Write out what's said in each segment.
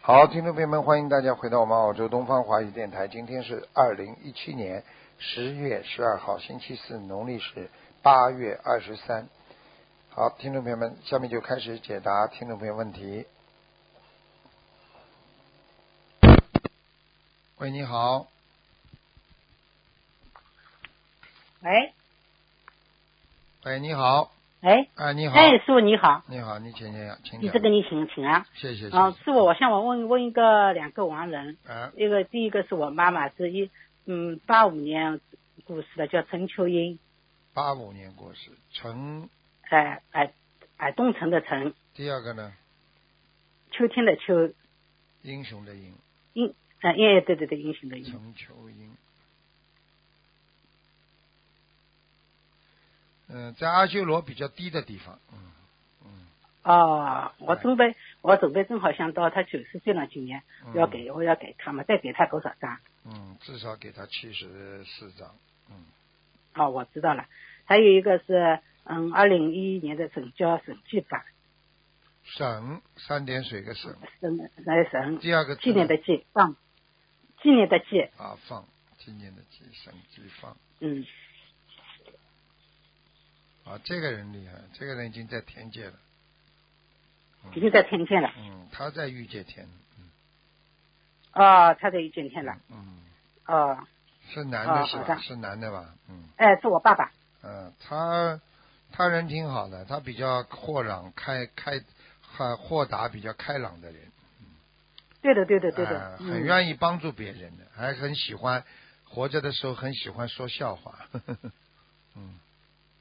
好，听众朋友们，欢迎大家回到我们澳洲东方华语电台。今天是二零一七年十月十二号，星期四，农历是八月二十三。好，听众朋友们，下面就开始解答听众朋友问题。喂，你好，喂，喂，你好，喂，啊，你好，哎哎，师傅你好，你好，你请讲，请弟讲子，给你请请安。谢谢，谢谢啊，师傅，我向我问问一个两个亡人，啊，一个第一个是我妈妈，是一嗯八五年过世的，叫陈秋英，八五年过世，陈，哎哎哎东城的城，第二个呢，秋天的秋，英雄的英，英哎哎对对对，英雄的英，陈秋英。嗯，在阿修罗比较低的地方，嗯嗯哦，我准备我准备正好想到他九十岁了，今年嗯，要给我要给他嘛，再给他多少张？嗯，至少给他七十四张，嗯，哦，我知道了，还有一个是嗯二零一一年的省叫审计法，省三点水个省，省那省。第二个字纪念的纪，放纪念的纪，啊放，今年的记省记放嗯，啊，这个人厉害，这个人已经在天界了，已经在天天了。嗯，他在欲界天，哦，他在一见天了。嗯，哦，是男的哦是好吧？的是男的吧？嗯。哎，是我爸爸。嗯，他他人挺好的，他比较豁朗、开开、很豁达、比较开朗的人，对的，对的，嗯对呃的。很意。愿意帮助别人的，还很喜欢活着的时候很喜欢说笑话。 嗯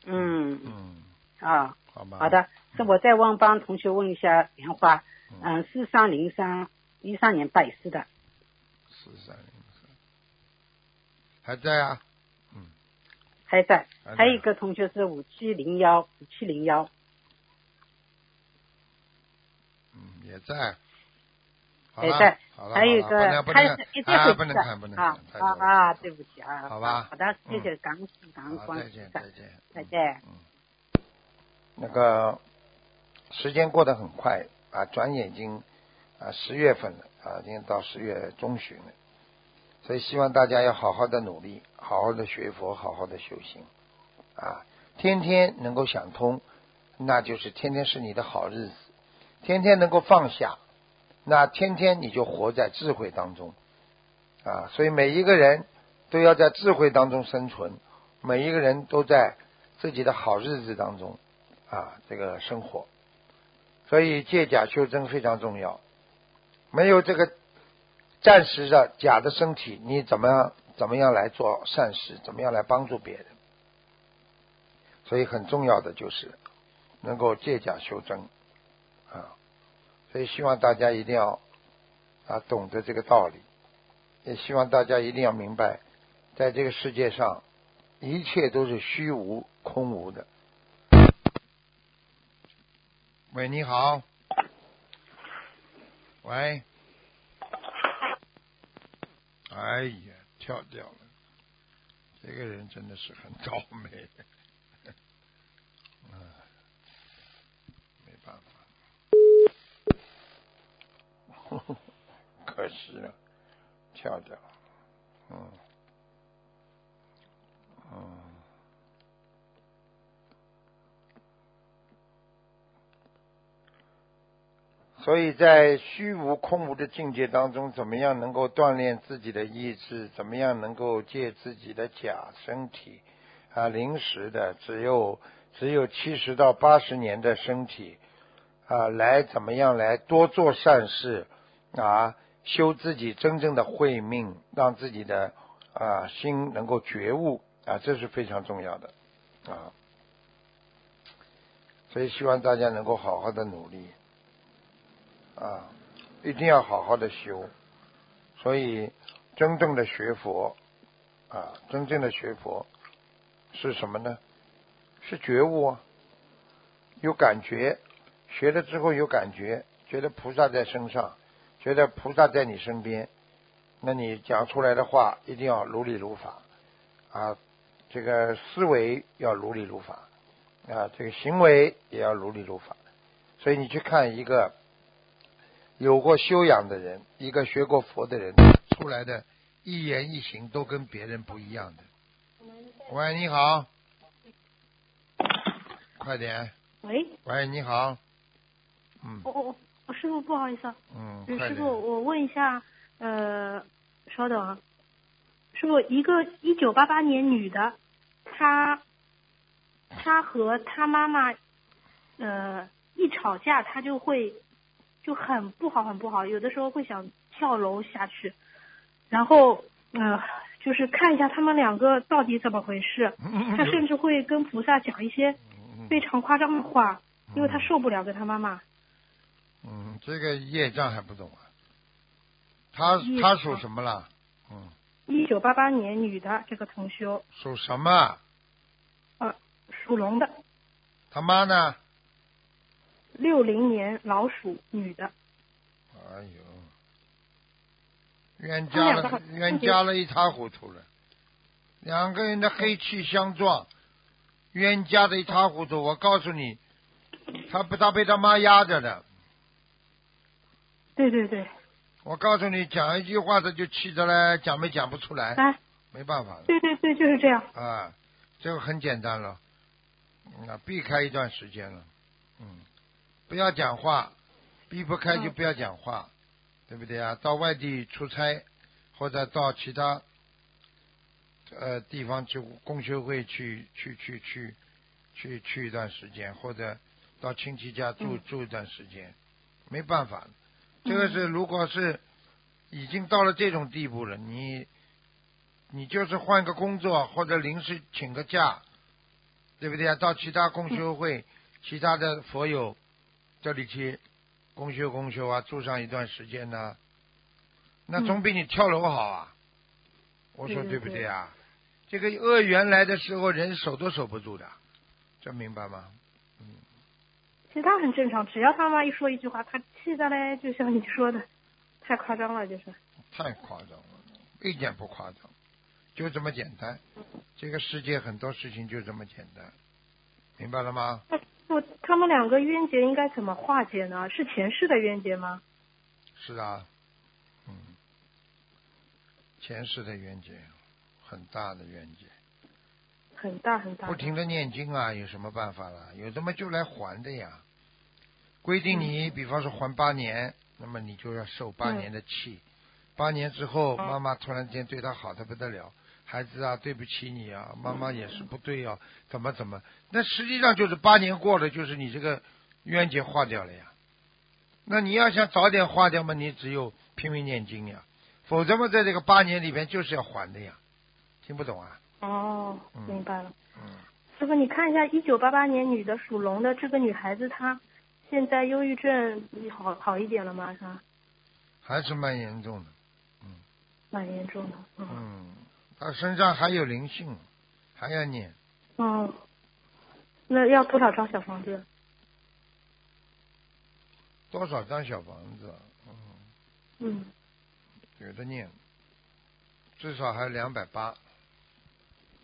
嗯，嗯，啊，好吧。好的。是我再问帮同学问一下莲花，嗯，四三零三一三年拜师的，四三零三，还在啊？还在。还在还有一个同学是五七零幺五七零幺，嗯，也在。好也了在。好了。还有一好了个，不还能有一不能再啊回不去能的看不能啊看，太多啊了啊，对不起啊。好吧好的，谢谢，嗯感恩感恩好，观再世见音菩再萨见。再见。那个时间过得很快啊，转眼已经啊十月份了啊，已经到十月中旬了，所以希望大家要好好的努力，好好的学佛，好好的修行啊，天天能够想通，那就是天天是你的好日子，天天能够放下，那天天你就活在智慧当中啊，所以每一个人都要在智慧当中生存，每一个人都在自己的好日子当中啊，这个生活。所以借假修真非常重要，没有这个暂时的假的身体，你怎么样怎么样来做善事，怎么样来帮助别人？所以很重要的就是能够借假修真啊，所以希望大家一定要啊懂得这个道理，也希望大家一定要明白，在这个世界上一切都是虚无空无的。喂，你好。喂。哎呀，跳掉了！这个人真的是很倒霉。 嗯，没办法。 可惜了，跳掉了。嗯。嗯。所以在虚无空无的境界当中，怎么样能够锻炼自己的意志？怎么样能够借自己的假身体啊，临时的只有只有七十到八十年的身体啊，来怎么样来多做善事啊，修自己真正的慧命，让自己的啊心能够觉悟啊，这是非常重要的啊。所以希望大家能够好好的努力。啊，一定要好好的修。所以，真正的学佛啊，真正的学佛是什么呢？是觉悟啊，有感觉，学了之后有感觉，觉得菩萨在身上，觉得菩萨在你身边，那你讲出来的话一定要如理如法啊，这个思维要如理如法啊，这个行为也要如理如法。所以你去看一个有过修养的人，一个学过佛的人，出来的一言一行都跟别人不一样的。喂，你好，快点。喂，喂，你好。嗯我我我哦师傅不好意思啊，嗯，嗯快师傅点。我问一下，呃，稍等啊，师傅一个一九八八年女的，她她和她妈妈，呃，一吵架她就会就很不好很不好，有的时候会想跳楼下去，然后呃，就是看一下他们两个到底怎么回事，嗯她甚至会跟菩萨讲一些非常夸张的话，因为她受不了跟她妈妈。嗯，这个业障还不懂啊。他业他障属什么了？嗯，一九八八年女的，这个同修，属什么？呃，属龙的，他妈呢？六零年老鼠女的，哎呦，冤他家们两个好嗯了，像冤特别家了一塌糊涂了，两个人的黑气相撞，冤家的一塌糊涂。我告诉你，他不他被他妈压着的。对对对，我告诉你，讲一句话他就气得嘞，讲没讲不出来，哎，没办法的对对对，就是这样，啊，这个很简单了，嗯啊，避开一段时间了，嗯，不要讲话，避不开就嗯不要讲话，对不对啊？到外地出差或者到其他呃地方去公修会去去去去去去一段时间，或者到亲戚家住、嗯住一段时间，没办法，这个是如果是已经到了这种地步了，你你就是换个工作或者临时请个假，对不对啊？到其他公修会、其他的佛友这里去公修公修啊，住上一段时间呢、那总比你跳楼好啊！我说对对对不对啊？这个恶缘来的时候，人守都守不住的，这明白吗？其实她很正常，只要她妈一说一句话，她气的嘞，就像你说的，太夸张了，就是，太夸张了，一点不夸张，就这么简单。这个世界很多事情就这么简单，明白了吗？那就他们两个冤结应该怎么化解呢？是前世的冤结吗？是啊，嗯，前世的冤结，很大的冤结，很大很大不的，停的念经啊，有什么办法啦？有什么就来还的呀。规定你，嗯比方说还八年，那么你就要受八年的气。八年之后，嗯妈妈突然间对他好的不得了，孩子啊，对不起你啊，妈妈也是不对啊，怎么怎么？那实际上就是八年过了，就是你这个冤结化掉了呀。那你要想早点化掉嘛，你只有拼命念经呀，否则嘛，在这个八年里边就是要还的呀。听不懂啊？哦嗯，明白了。嗯。师傅，你看一下，一九八八年女的属龙的这个女孩子，她现在忧郁症好好一点了吗？她还是蛮严重的。蛮严重的。嗯嗯，他身上还有灵性，还要念。哦，那要多少张小房子？多少张小房子？嗯，有的念，至少还有两百八。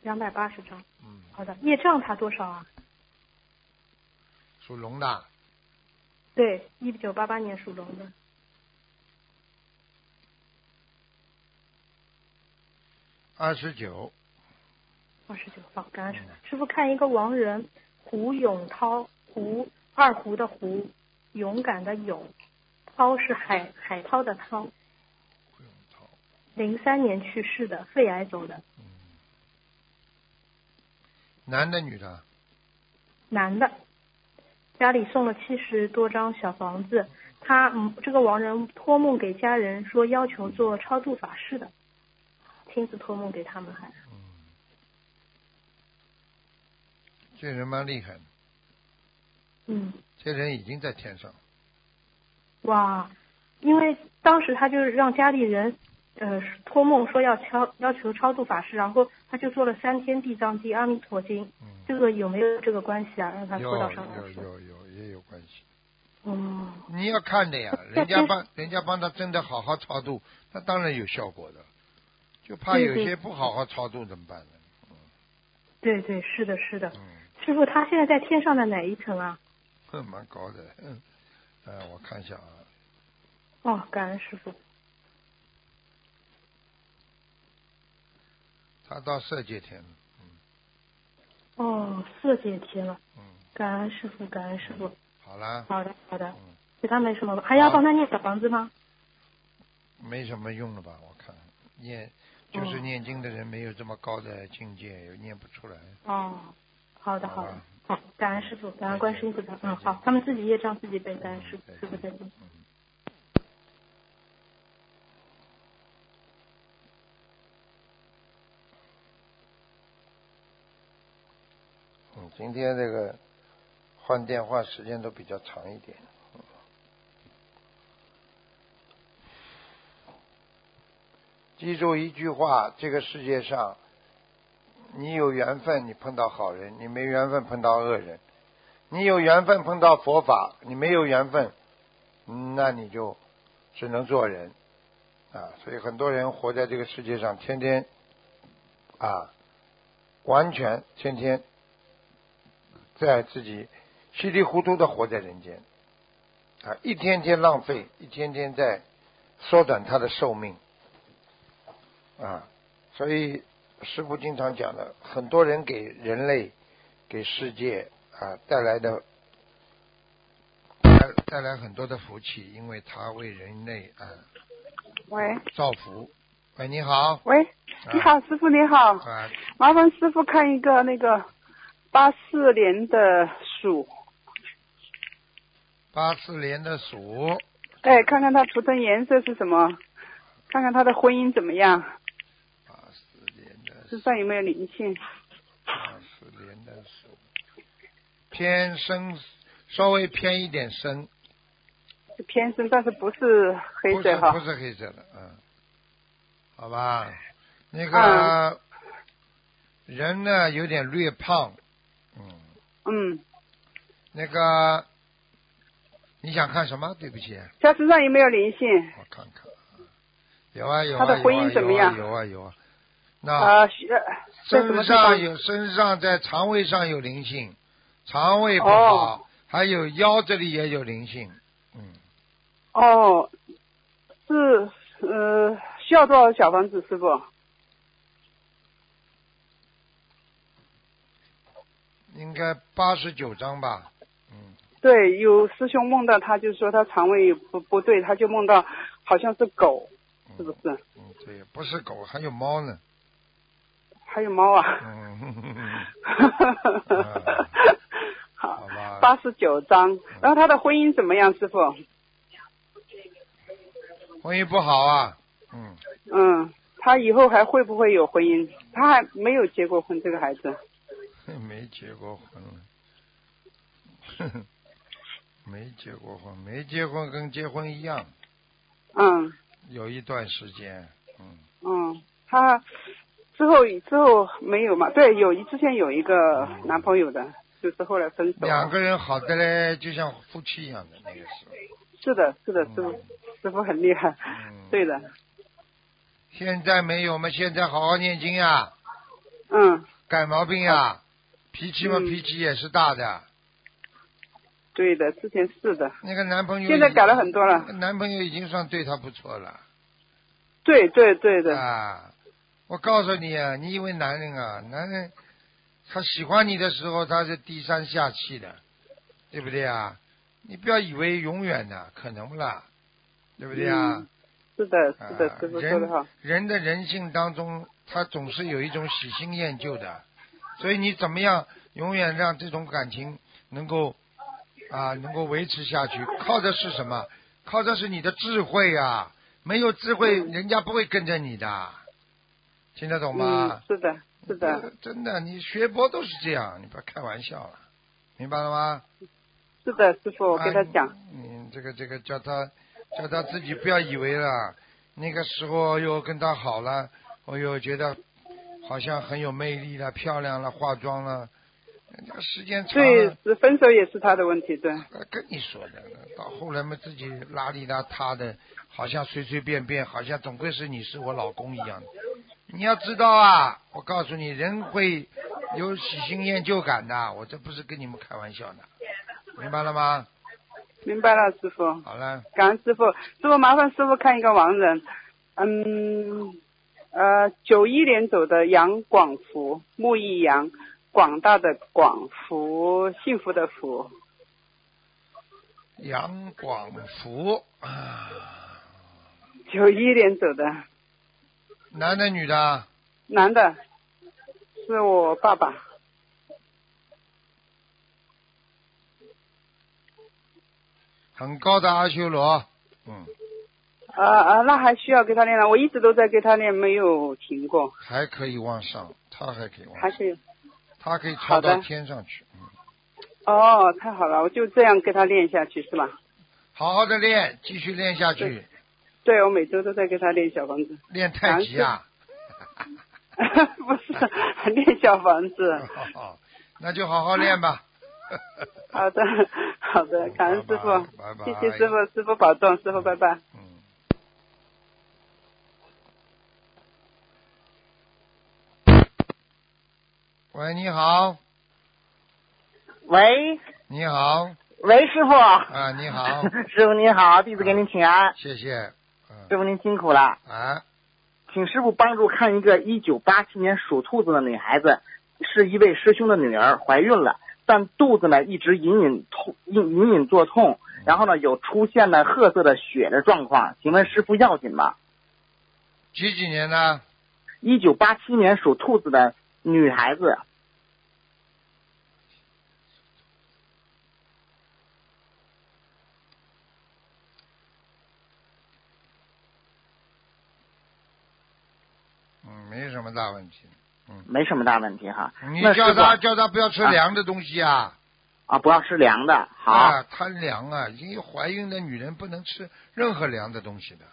两百八十张。嗯，好的，业障她多少啊？属龙的，对，一九八八年属龙的。二十九。二十九号，感恩师师傅看一个亡人胡永涛，胡二胡的胡，勇敢的勇，涛是海海涛的涛，不用掏零三年去世的，肺癌走的，男的女的？男的，家里送了七十多张小房子，他嗯，这个亡人托梦给家人说要求做超度法事的，亲自托梦给他们还，这人蛮厉害的，嗯，这人已经在天上。哇，因为当时他就是让家里人，呃，托梦说要超要求超度法事，然后他就做了三天地藏经、阿弥陀经，嗯，这个有没有这个关系啊？让他有拖到上来有说，有有也有关系。嗯，你要看的呀， 在人家天帮人家帮他真的好好超度，那当然有效果的。就怕对有对些不好好超度怎么办呢？对对，是的，是的，嗯。师傅，他现在在 天上的哪一层啊？嗯哼，蛮高的，嗯，呃，我看一下啊，哦，感恩师傅。他到色界天了，哦，色界天了，嗯，感恩师傅，感恩师傅。好啦，好的，好的，嗯，其他没什么吧？还要好帮他念小房子吗？没什么用了吧？我看念就是念经的人没有这么高的境界，又念不出来。哦，好的，好好吧的，好，感恩师傅，感再恩观见世音菩萨再，嗯，见好，他们自己业障自己背，感恩师傅嗯，师傅再再见见。嗯，今天这个换电话时间都比较长一点。嗯记住一句话：这个世界上，你有缘分，你碰到好人；你没缘分，碰到恶人。你有缘分碰到佛法，你没有缘分，嗯那你就只能做人啊。所以很多人活在这个世界上，天天啊，完全天天在自己稀里糊涂的活在人间啊，一天天浪费，一天天在缩短他的寿命啊。所以师父经常讲的，很多人给人类、给世界啊带来的带带来很多的福气，因为他为人类啊喂造福。喂，你好，喂，你好，师傅你好，啊，麻烦师傅看一个那个八四年的鼠，八四年的鼠，哎，看看它图腾颜色是什么，看看它的婚姻怎么样，八四年的身鼠，上有没有灵性？八四年的鼠，偏深，稍微偏一点深，是偏深，但是不是黑不是色哈不？是黑色的，嗯，好吧，那嗯个、人呢有点略胖，嗯，嗯，那个你想看什么？对不起，它身上有没有灵性？我看看，有啊有啊，他的婚姻怎么样有啊有啊有啊，那啊，需呃在什么身地方上？有身上在肠胃上有灵性，肠胃不好，还有腰这里也有灵性，嗯，哦，是呃，需要多少小房子，师傅？应该八十九张吧，嗯，对，有师兄梦到他，就说他肠胃不不对，他就梦到好像是狗，是不是？嗯，对，不是狗，还有猫呢，还有猫啊。嗯，哼哼哼 好好嗯吧，嗯八十九章。然后他的婚姻怎么样，师傅？婚姻不好啊，嗯， 嗯，他以后还会不会有婚姻？他还没有结过婚，这个孩子。没结过婚了， 哼哼没结过婚，没结婚跟结婚一样，嗯有一段时间，嗯，嗯，他之后之后没有嘛？对，有之前有一个男朋友的，就是后来分手了。两个人好的嘞，就像夫妻一样的那个时候。是的，是的，师傅，师傅很厉害。嗯对的，现在没有嘛，现在好好念经呀，嗯，改毛病呀，脾气嘛嗯脾气也是大的。对的，之前是的，那个男朋友现在改了很多那了个。男朋友已经算对她不错了对对对的，啊！我告诉你啊，你以为男人啊，男人他喜欢你的时候他是低三下气的，对不对啊？你不要以为永远的，可能不啦，对不对啊？嗯是的，啊是的，师傅说的人好。人的人性当中，他总是有一种喜新厌旧的，所以你怎么样永远让这种感情能够啊能够维持下去？靠的是什么？靠的是你的智慧啊！没有智慧，嗯人家不会跟着你的，听得懂嗯吗？，嗯是的，是的，这真的，你学佛都是这样，你不要开玩笑了，明白了吗？是的，师傅，我跟他讲啊。你你这个这个叫他叫他自己不要以为了，那个时候又跟他好了，我又觉得好像很有魅力了、漂亮了、化妆了，那个时间长对了，，是分手也是他的问题，对，呃跟你说的，到后来嘛自己邋里邋遢的，好像随随便便，好像总归是你是我老公一样的。你要知道啊，我告诉你，人会有喜新厌旧感的，我这不是跟你们开玩笑的，明白了吗？明白了，师傅。好了，感恩师傅，师傅麻烦师傅看一个亡人，嗯，呃，九一年走的杨广福，木易杨，广大的广福，幸福的福，杨广福啊，九一年走的，男的女的啊？男的，是我爸爸，很高的阿修罗，嗯，呃呃，那还需要给他练了，我一直都在给他练，没有停过，还可以往上，他还可以往还上，是有他可以超好的到天上去。嗯，哦，太好了，我就这样给他练下去是吧？好嗯好的练，继续练下去，对，我每周都在给他练小房子， 练太极啊。不是练小房子。 那就好好练吧。好的，好的，感恩师傅，拜拜谢谢师傅，师傅保重，师傅拜拜。嗯。喂，你好，喂你好，喂，师傅，啊，你好， 啊师傅您好，弟子给您请安，谢谢，嗯，师傅您辛苦了，啊，请师傅帮助看一个一九八七年属兔子的女孩子，是一位师兄的女儿，怀孕了，但肚子呢一直隐隐痛，隐隐隐作痛，嗯然后呢有出现了褐色的血的状况，请问师傅要紧吗？几几年的？一九八七年属兔子的女孩子，嗯，没什么大问题。嗯没什么大问题哈。你那叫师傅他叫他不要吃凉的东西啊，啊，不要吃凉的，好。啊，贪凉啊，因为怀孕的女人不能吃任何凉的东西的。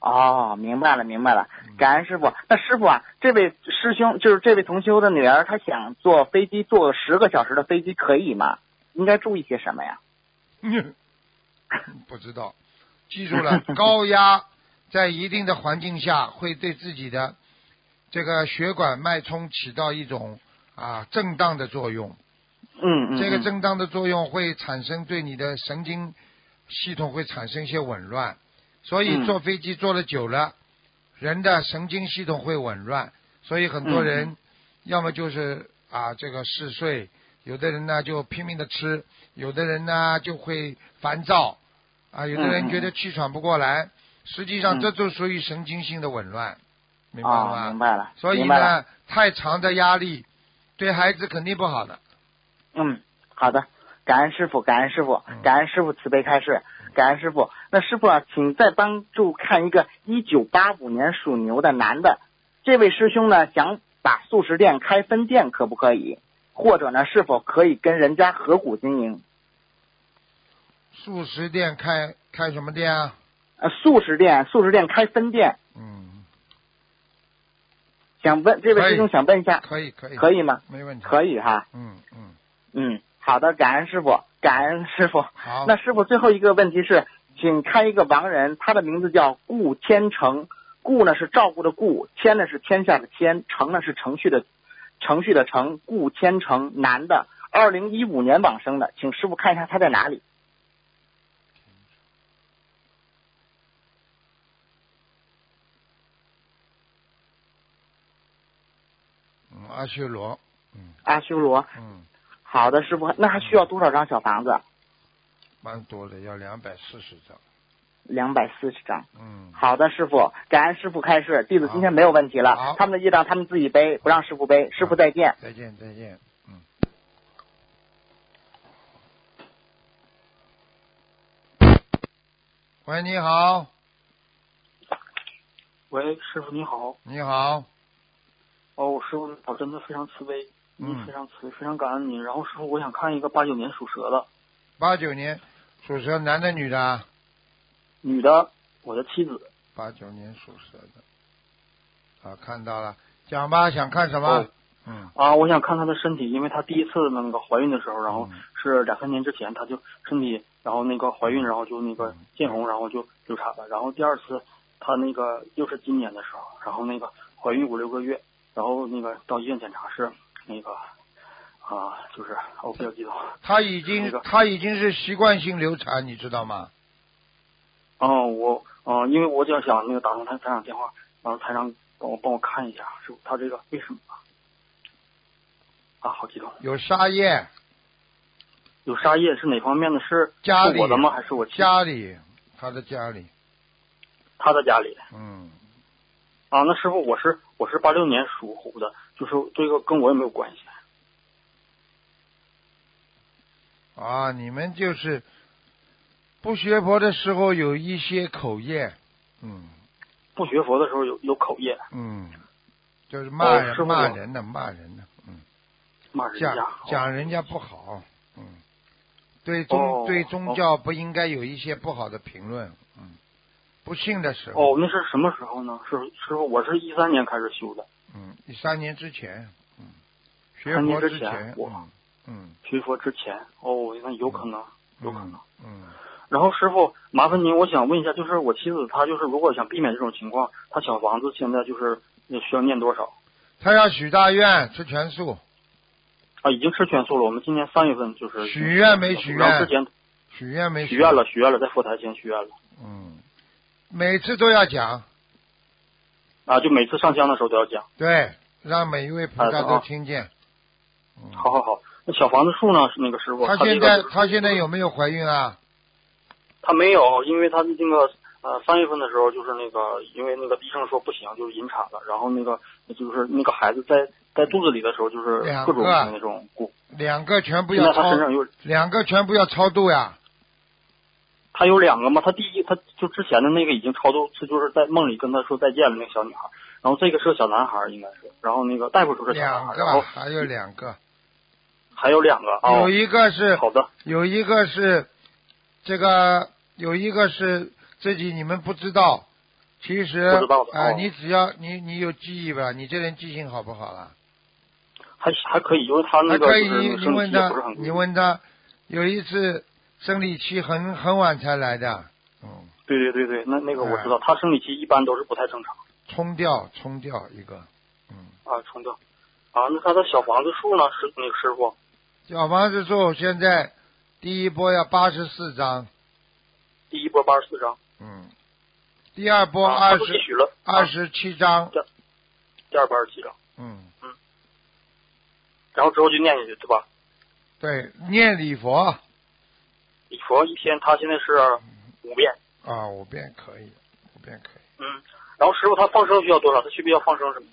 哦，明白了，明白了嗯，感恩师傅。那师傅啊，这位师兄就是这位同修的女儿，她想坐飞机坐十个小时的飞机，可以吗？应该注意些什么呀？ 不知道，记住了，高压在一定的环境下会对自己的这个血管脉冲起到一种啊震荡的作用，嗯嗯，这个嗯震荡的作用会产生对你的神经系统会产生一些紊乱，所以嗯坐飞机坐了久了，人的神经系统会紊乱，所以很多嗯人要么就是啊这个嗜睡，有的人呢就拼命的吃，有的人呢就会烦躁，啊有的人嗯嗯觉得气喘不过来，实际上嗯这就属于神经性的紊乱，明白了哦吗？明白了，所以明白了，呢，太长的压力对孩子肯定不好的。嗯，好的，感恩师傅，感恩师傅嗯，感恩师傅慈悲开示，感恩师傅。那师傅啊，请再帮助看一个一九八五年属牛的男的，这位师兄呢想把素食店开分店，可不可以？或者呢，是否可以跟人家合股经营？素食店开开什么店啊？呃，素食店，素食店开分店，嗯，想问这位可以师兄想问一下，可以可以可以吗？没问题。可以哈，嗯嗯，嗯，好的，感恩师傅，感恩师傅。好。那师傅最后一个问题是，请看一个亡人，他的名字叫顾天成，顾呢是照顾的顾，天呢是天下的天，成呢是程序的程序的程，顾天成，男的，二零一五年往生的，请师傅看一下他在哪里。嗯阿修罗，嗯阿修罗，嗯，好的，师傅，那还需要多少张小房子？蛮多的，要两百四十张。两百四十张。嗯，好的，师傅，感恩师傅开示，弟子今天没有问题好了。他们的业障他们自己背，不让师傅背。师傅再见。再见再见。嗯。喂，你好，喂，师傅你好。你好，哦，师傅你好，真的非常慈悲，您嗯非常慈，非常感恩您。然后师傅，我想看一个八九年属蛇的八九年属蛇，男的女的啊？女的，我的妻子。八九年属蛇的，啊，看到了，讲吧，想看什么哦？嗯，啊，我想看她的身体，因为她第一次那个怀孕的时候，然后嗯是两三年之前，她就身体，然后那个怀孕，然后就那个嗯见红，然后就流产了。然后第二次，她那个又是今年的时候，然后那个怀孕五六个月，然后那个到医院检查是那个啊，就是哦，不要激动。他已那经个他已经是习惯性流产，你知道吗？哦，我哦，因为我就想那个打通台台长电话，然后台长帮我帮我看一下，是不他这个为什么啊？啊，好激动！有沙叶，有沙叶是哪方面的？是家里是我的吗？还是我亲家里，他的家里，他的家里？嗯，啊，那师傅，我是我是八六年属虎的，就是这个跟我也没有关系。啊，你们就是不学佛的时候有一些口业，嗯不学佛的时候有有口业，嗯，就是骂人、哦师傅骂人的骂人的，嗯，骂人讲家，讲人家不好，嗯，对宗、哦对宗教不应该有一些不好的评论，嗯，不信的时候，哦，那是什么时候呢？师傅师傅，我是一三年开始修的，嗯，一三年之前，嗯，学三年佛之前前，我嗯嗯学佛之前。哦，那有可能，有可能。嗯，然后师傅，麻烦您，我想问一下，就是我妻子她就是如果想避免这种情况，她小房子现在就是呃需要念多少他要许大愿吃全素，啊？已经吃全素了，我们今年三月份就是许愿没许愿然后之前许愿没许愿了，许愿了，在佛台前许愿了嗯，每次都要讲，啊，就每次上香的时候都要讲。对，让每一位菩啊萨都听见。嗯，好好好，那小房子数呢？是那个师傅，她这现个在就是她现在有没有怀孕啊？他没有，因为他那个呃三月份的时候，就是那个因为那个医生说不行，就是引产了。然后那个就是那个孩子在在肚子里的时候，就是两个各种的那种骨，两个全部现要在他超身，上有两个全部要超度呀。他有两个嘛，他第一他就之前的那个已经超度，他就是在梦里跟他说再见了那个小女孩，然后这个是个小男孩应该是，然后那个大夫说是小男两孩，个然吧后还有两个，还有两个有哦，一个是好的有一个是这个有一个是自己你们不知道，其实不知道的啊哦你只要你你有记忆吧，你这人记性好不好啦？还还可以，因为他那还个可嗯就以，是那你个你身问体也不是他很，你问他，有一次生理期很很晚才来的，嗯，对对对对，那那个我哎知道，他生理期一般都是不太正常。冲掉冲掉一个，嗯，啊，冲掉。啊，那他的小房子数呢？师那个师傅小房子咒现在第一波要八十四张，第一波八十四张，嗯，第二波啊他二说继十续了，二啊，十七张，第二波二十七张，嗯，然后之后就念下去，对吧？对，念礼佛礼佛一天，他现在是嗯五遍，啊，五遍可以，五遍可以。嗯。然后师傅他放生需要多少？他需不需要放生什么的？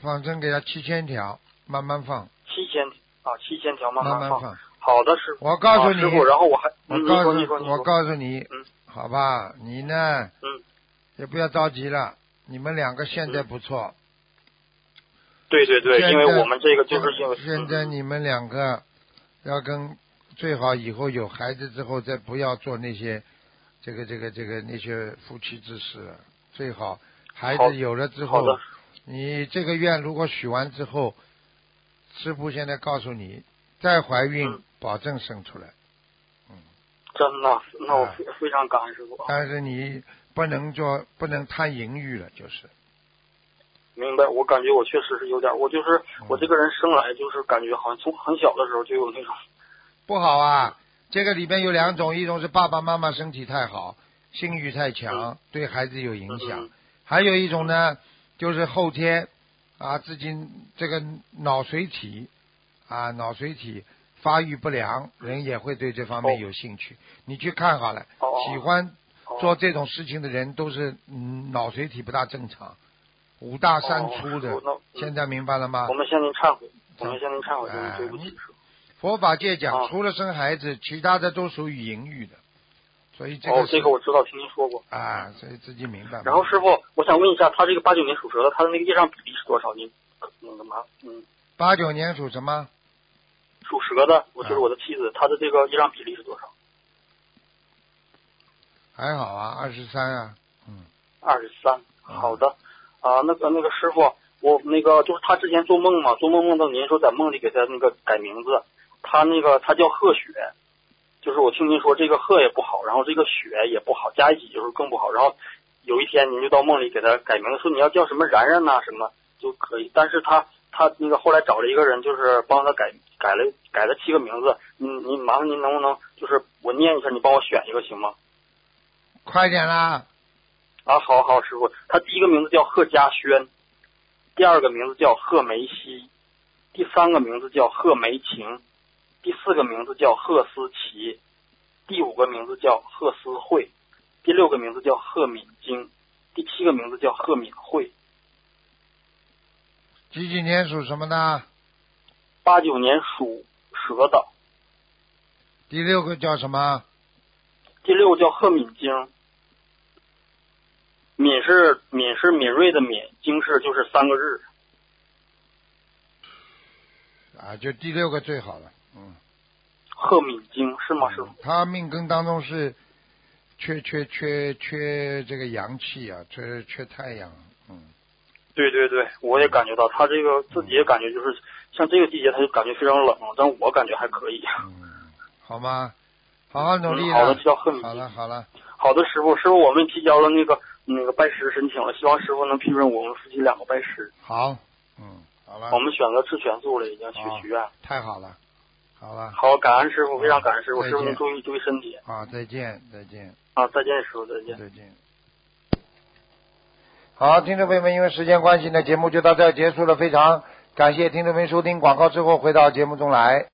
放生给他七千条，慢慢放，七千啊，七千条慢慢慢慢放。放。好的，师傅。我告诉啊你，师傅，然后我还，我嗯告诉您说，您说，我您说，告诉你，嗯好吧，你呢，嗯也不要着急了，你们两个现在不错，对对对，现因为在我们这个就是因为嗯现在你们两个要跟最好以后有孩子之后再不要做那些这个这个这个那些夫妻之事了，最好孩好子有了之好后的，你这个愿如果许完之后，师傅现在告诉你，再怀孕、嗯保证生出来，真的，那我啊非非常感恩师傅。但是你不能做不能贪淫欲了，就是明白，我感觉我确实是有点，我就是嗯我这个人生来就是感觉好像从很小的时候就有那种，不好啊。这个里边有两种，一种是爸爸妈妈身体太好，性欲太强，对孩子有影响；嗯还有一种呢，就是后天啊自己这个脑髓体啊脑髓体发育不良，人也会对这方面哦有兴趣。你去看好了，哦喜欢哦做这种事情的人都是嗯脑髓体不大正常，五大三粗的哦。那嗯现在明白了吗我？们向您忏悔，我们向您忏悔，就是哎对不起你师傅。佛法界啊讲，除了生孩子，其他的都属于淫欲的，所哎以这哦个，是这个我知道，听您说过。啊，所以自己明白吧。然后师傅，我想问一下，他这个八九年属蛇的，他的那个业障比例是多少？您可那个嘛，嗯，八九年属什么？属蛇的，我就是啊我的妻子，她的这个业障比例是多少？还好啊，二十三啊，嗯，二十三。好的，啊，那个那个师傅，我那个就是他之前做梦嘛，做梦梦到您说在梦里给他那个改名字，他那个他叫贺雪，就是我听您说这个贺也不好，然后这个雪也不好，加一起就是更不好。然后有一天您就到梦里给他改名字，说你要叫什么然然呐、什么就可以，但是他他那个后来找了一个人，就是帮他改改了改了七个名字。您您麻烦您能不能就是我念一下，你帮我选一个行吗？快点啦！啊，好好，师傅，他第一个名字叫贺家轩，第二个名字叫贺梅西，第三个名字叫贺梅晴，第四个名字叫贺思琪，第五个名字叫贺思慧，第六个名字叫贺敏晶，第七个名字叫贺敏慧。几几年属什么的？八九年属蛇的，第六个叫什么？第六个叫贺敏晶。敏是敏是敏锐的敏，晶是就是三个日。啊，就第六个最好了。嗯，贺敏晶啊是吗？师傅？他命根当中是缺缺缺缺这个阳气啊，缺缺太阳。嗯，对对对，我也感觉到他这个自己也感觉就是像这个季节，他就感觉非常冷，但我感觉还可以。嗯好吗？好好努力嗯，啦好的，叫贺敏好晶。了好了，好的，师傅，师傅，我们提交了那个那个拜师申请了，希望师傅能批准我们夫妻两个拜师。好，嗯，好了我，们选择吃全素了，已经许好许愿。太好了，好了，好，感恩师傅，非常感恩师傅，再师傅见您注意注意身体好，啊再见再见啊！再见，师傅，再见。再见。好，听众朋友们，因为时间关系呢，节目就到这儿结束了。非常感谢听众朋友收听广告之后回到节目中来。